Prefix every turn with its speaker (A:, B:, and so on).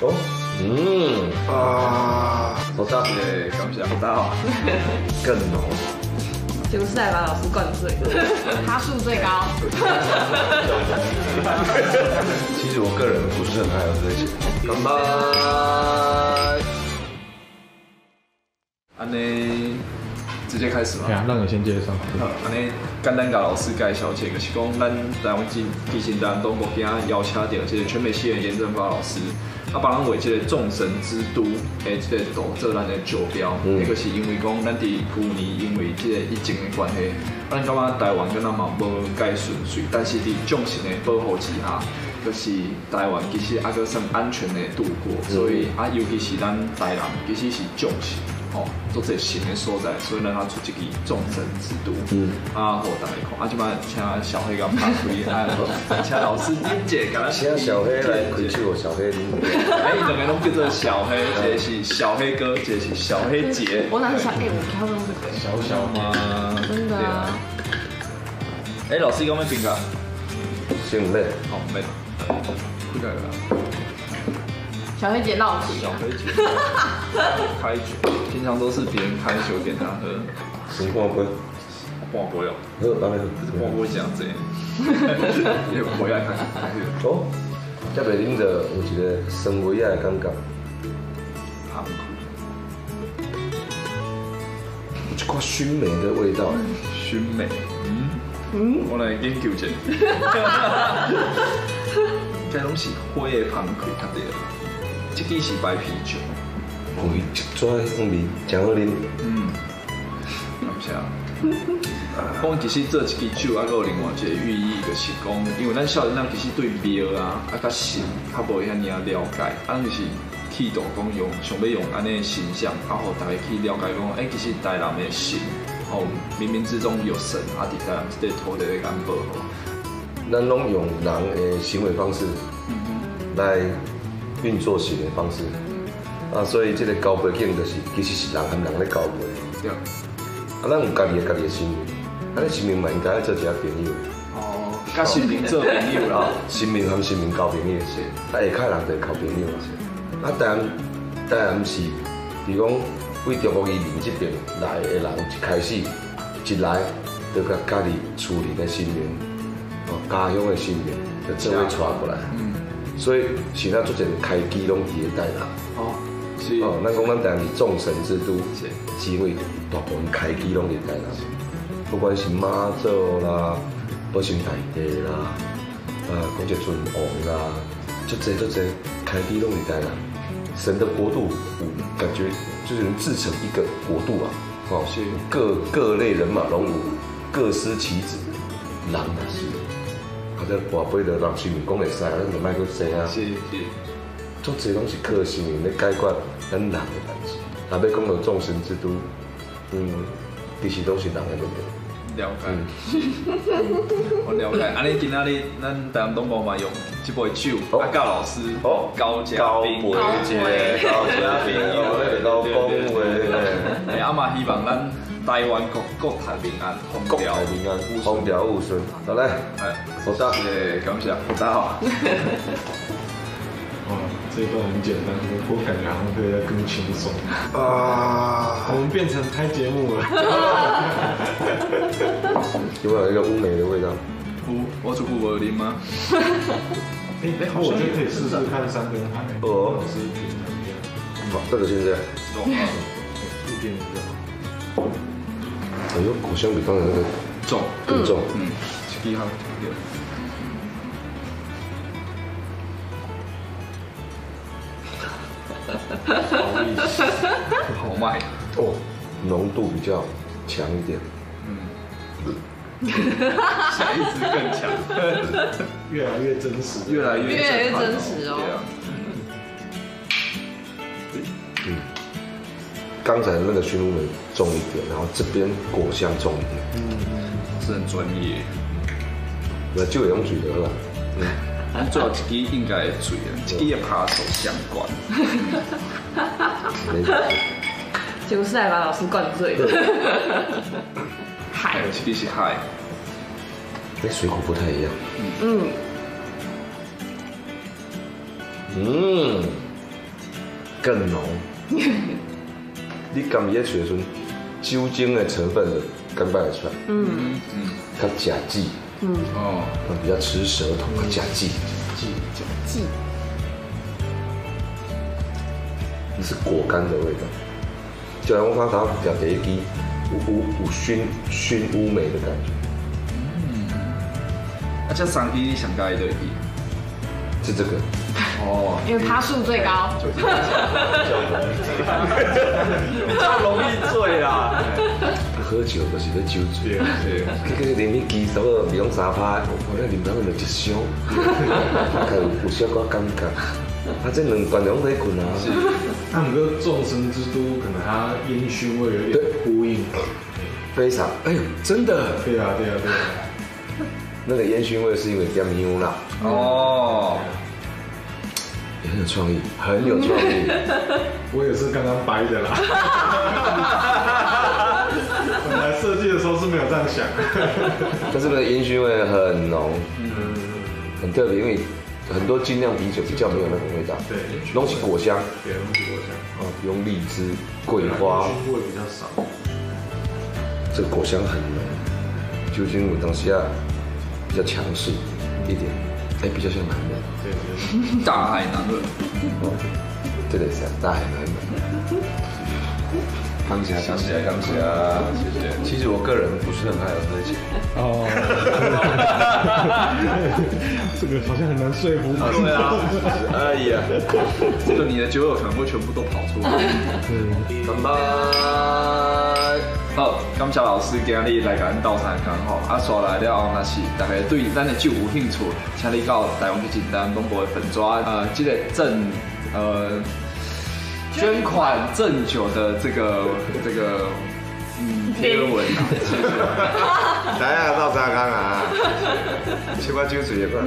A: 哦，
B: 嗯，
A: 啊，
B: 好大，
A: 对，刚想到，啊更浓，
B: 哦
C: 结果是来把老师灌醉的。
D: 他数最高，
B: 其实我个人不是很爱喝这些。
A: 干杯！安尼直接开始嘛
E: 哎。呀，让你先介绍。
A: 好安尼简单甲老师介绍一下，就是讲咱台湾进地震当中国家邀请到即个全美戏院严正发老师，啊，帮咱为即个众神之都诶即个岛做咱的酒标，迄、
B: 嗯
A: 个是因为讲咱伫去年因为即个疫情的关系，咱感觉台湾敢若嘛无介顺遂，但是伫众神的保护之下。就是台湾其实啊个算安全的度过，所以啊尤其是咱台南其实是重神吼，做这新的所在，所以咱它出一个众神之都。嗯，啊，互大家看，啊，即摆请小黑甲拍开，啊，请老师恁姐甲咱
B: 请小黑来
A: 解
B: 开
A: 解
B: 去。我小黑里面，
A: 哎，伊两个拢叫做小黑，一个是小黑哥，一个是小黑姐。
D: 我哪是想，哎、我不要用这个，
E: 小小
A: 啊，
D: 真的
A: 对啊
D: 啊。
A: 哎，老师你讲要评价？
B: 姓累，
A: 好，没。不改了，
D: 小黑姐闹题
A: 小
D: 啊，
A: 黑姐开酒，平常都是别人开酒给他喝，
B: 情况不
A: 半杯哦，
B: 喝，当然
A: 半
B: 喝。
A: 杯这样子，也不会爱开开酒。
B: 哦，这边啉着有一个酸味仔的感觉，
A: 啊
B: 有一寡熏梅的味道。
A: 熏美，嗯嗯，我来研究一下。这拢是花的芳开较对了，这个是白啤酒，
B: 有一撮风味，真好啉。
A: 嗯，感谢。讲其实做一支酒，还有另外一个寓意，就是讲，因为咱少年人其实对庙啊、啊甲神较无遐尼啊了解，啊就是去度讲用，想要用安尼的形象，啊，互大家去了解讲，哎、其实台南的神，哦，冥冥之中有神，啊，伫台南即块土地咧安保护。
B: 咱拢用人的行为方式来运作神的方式，啊，所以这个交杯境就是其实是人和人咧交杯。
A: 对，
B: 啊，咱有家己的家己的心命，啊，咱心命嘛应该要做一下朋友，
A: 哦，甲神明做朋友啦
B: 啊，，心命含心命交朋友是，啊，下骹人就交朋友是。啊，当然，当然是，比如讲，为中国移民这边来的人一开始一来，就甲家己厝里的心命，哦，家乡的心命，就做伙带过来。
A: 嗯，
B: 所以是咱做阵开基拢伫咧台南，
A: 哦，是，
B: 哦，咱讲咱台南是众神之都，
A: 是
B: 是因为大部分开基拢伫台南，不管是妈祖啦、保生大帝啦、啊，讲者尊王啦，足侪足侪开基拢伫台南，神的国度有感觉就是能自成一个国度啊，哦，
A: 是
B: 各各类人马拢有各司其职，人也是。啊，咱外辈的人虽然讲会使，咱就莫去生啊。
A: 是是，
B: 足侪拢是靠心灵咧解决咱人的代志。若要讲到众神之都，嗯，其实都是人的问题。
A: 了解。我哦了 解，安尼今仔日咱台南东宝嘛用即杯酒，
B: 哦
A: 啊，教老师，
B: 哦
A: 教嘉宾，
B: 交杯
D: 姐
A: 交嘉宾，
B: 哦交公话
A: 哎，啊嘛希望咱台湾国国泰民安，
B: 国泰
A: 啊
B: 民安，风
A: 调，
B: 调雨顺。好来，
A: 哎，
B: 我大
A: 谢谢，感谢，大家好。
E: 哇，这一段很简单，我感觉好像可以再更轻松。
A: 啊，
E: 我们变成拍节目了，
B: 有没有一个乌梅的味道？
A: 有我出久无啉吗？
E: 哎，那我就可以试试看山跟海。
B: 哦
E: 老师评的一样，
B: 好这个现在，
E: 一点一个。
B: 哎呦，果香比刚才那个
A: 重，
B: 更重。
A: 嗯，一支好， 对。
E: 好意思，
A: 好卖，
B: 哦，浓度比较强一点。
A: 下一支更强，
E: 越来 越真实。
A: 越来越
C: 越来越
A: 震撼
C: 真实哦
A: 对啊
B: 刚才那个熏乌梅重一点，然后这边果香重一点，
A: 是很专业。
B: 那就用嘴得了。
A: 咱最后一支应该会醉啊，一支的拍手相关。
B: 没 事
C: 结果是来把老师灌醉的。
A: 嗨，一支是嗨，
B: 那水果不太一样。
C: 嗯，
B: 嗯，更浓。你甘伊咧水的时阵，酒精的成分就感觉会出来，
C: 嗯
A: 嗯，
B: 较假剂，
C: 嗯，
A: 哦，
B: 嗯比较吃舌头，较假剂。
D: 记
B: 是果干的味道。就来我刚打比较第一滴，有有有熏熏乌梅的感觉，
A: 啊，这三一你上介的伊，
B: 是这个。
A: 哦，
D: 因为趴数最高，
A: 较容易醉啦，
B: 喝酒就是在酒醉，
A: 对，
B: 这个啉迄支差不多比讲三趴，我咧啉到就一箱， 大概有有小可感觉。啊，这两罐拢在困啊，
E: 那我们说众生之都，可能它烟熏味有点呼应。
B: 非常，哎呦，真的，
E: 对啊，对啊，对啊。
B: 那个烟熏味是因为点妞啦，
A: 哦，
B: 也很有创意，很有创意。
E: 我也是刚刚掰的啦。本来设计的时候是没有这样想。
B: 但是那个烟熏味很浓，
E: 嗯，
B: 很特别，因为很多精酿啤酒比较没有那种味道，
E: 对，
B: 拢是果香。
E: 对，东西果香。
B: 啊，用荔枝、桂花，
E: 熏味比较少。
B: 这个果香很浓，酒精味当时啊比较强势一点，哎，比较像男人，
E: 对对。
A: 大海男人，
B: 哦，这个是大海男人。康姐，
A: 感
B: 康
A: 谢
B: 姐，
A: 感
B: 康
A: 谢
B: 姐啊！
A: 谢谢。
B: 其实我个人不是很爱喝酒，
E: 这个好像很难说服
A: 对啊，
B: 哎呀，
A: 这个你的酒友可能会全部都跑出来。
B: 干杯！
A: 好，感谢老师今日来甲咱斗相共吼，啊，刷来了后，若是大家对咱的酒有兴趣，请你到台湾去简单广播的粉抓，呃，这个赠呃捐款赠酒的这个这个嗯贴文啊，谢谢。
B: 来啊，到沙缸啊，七八九水也不。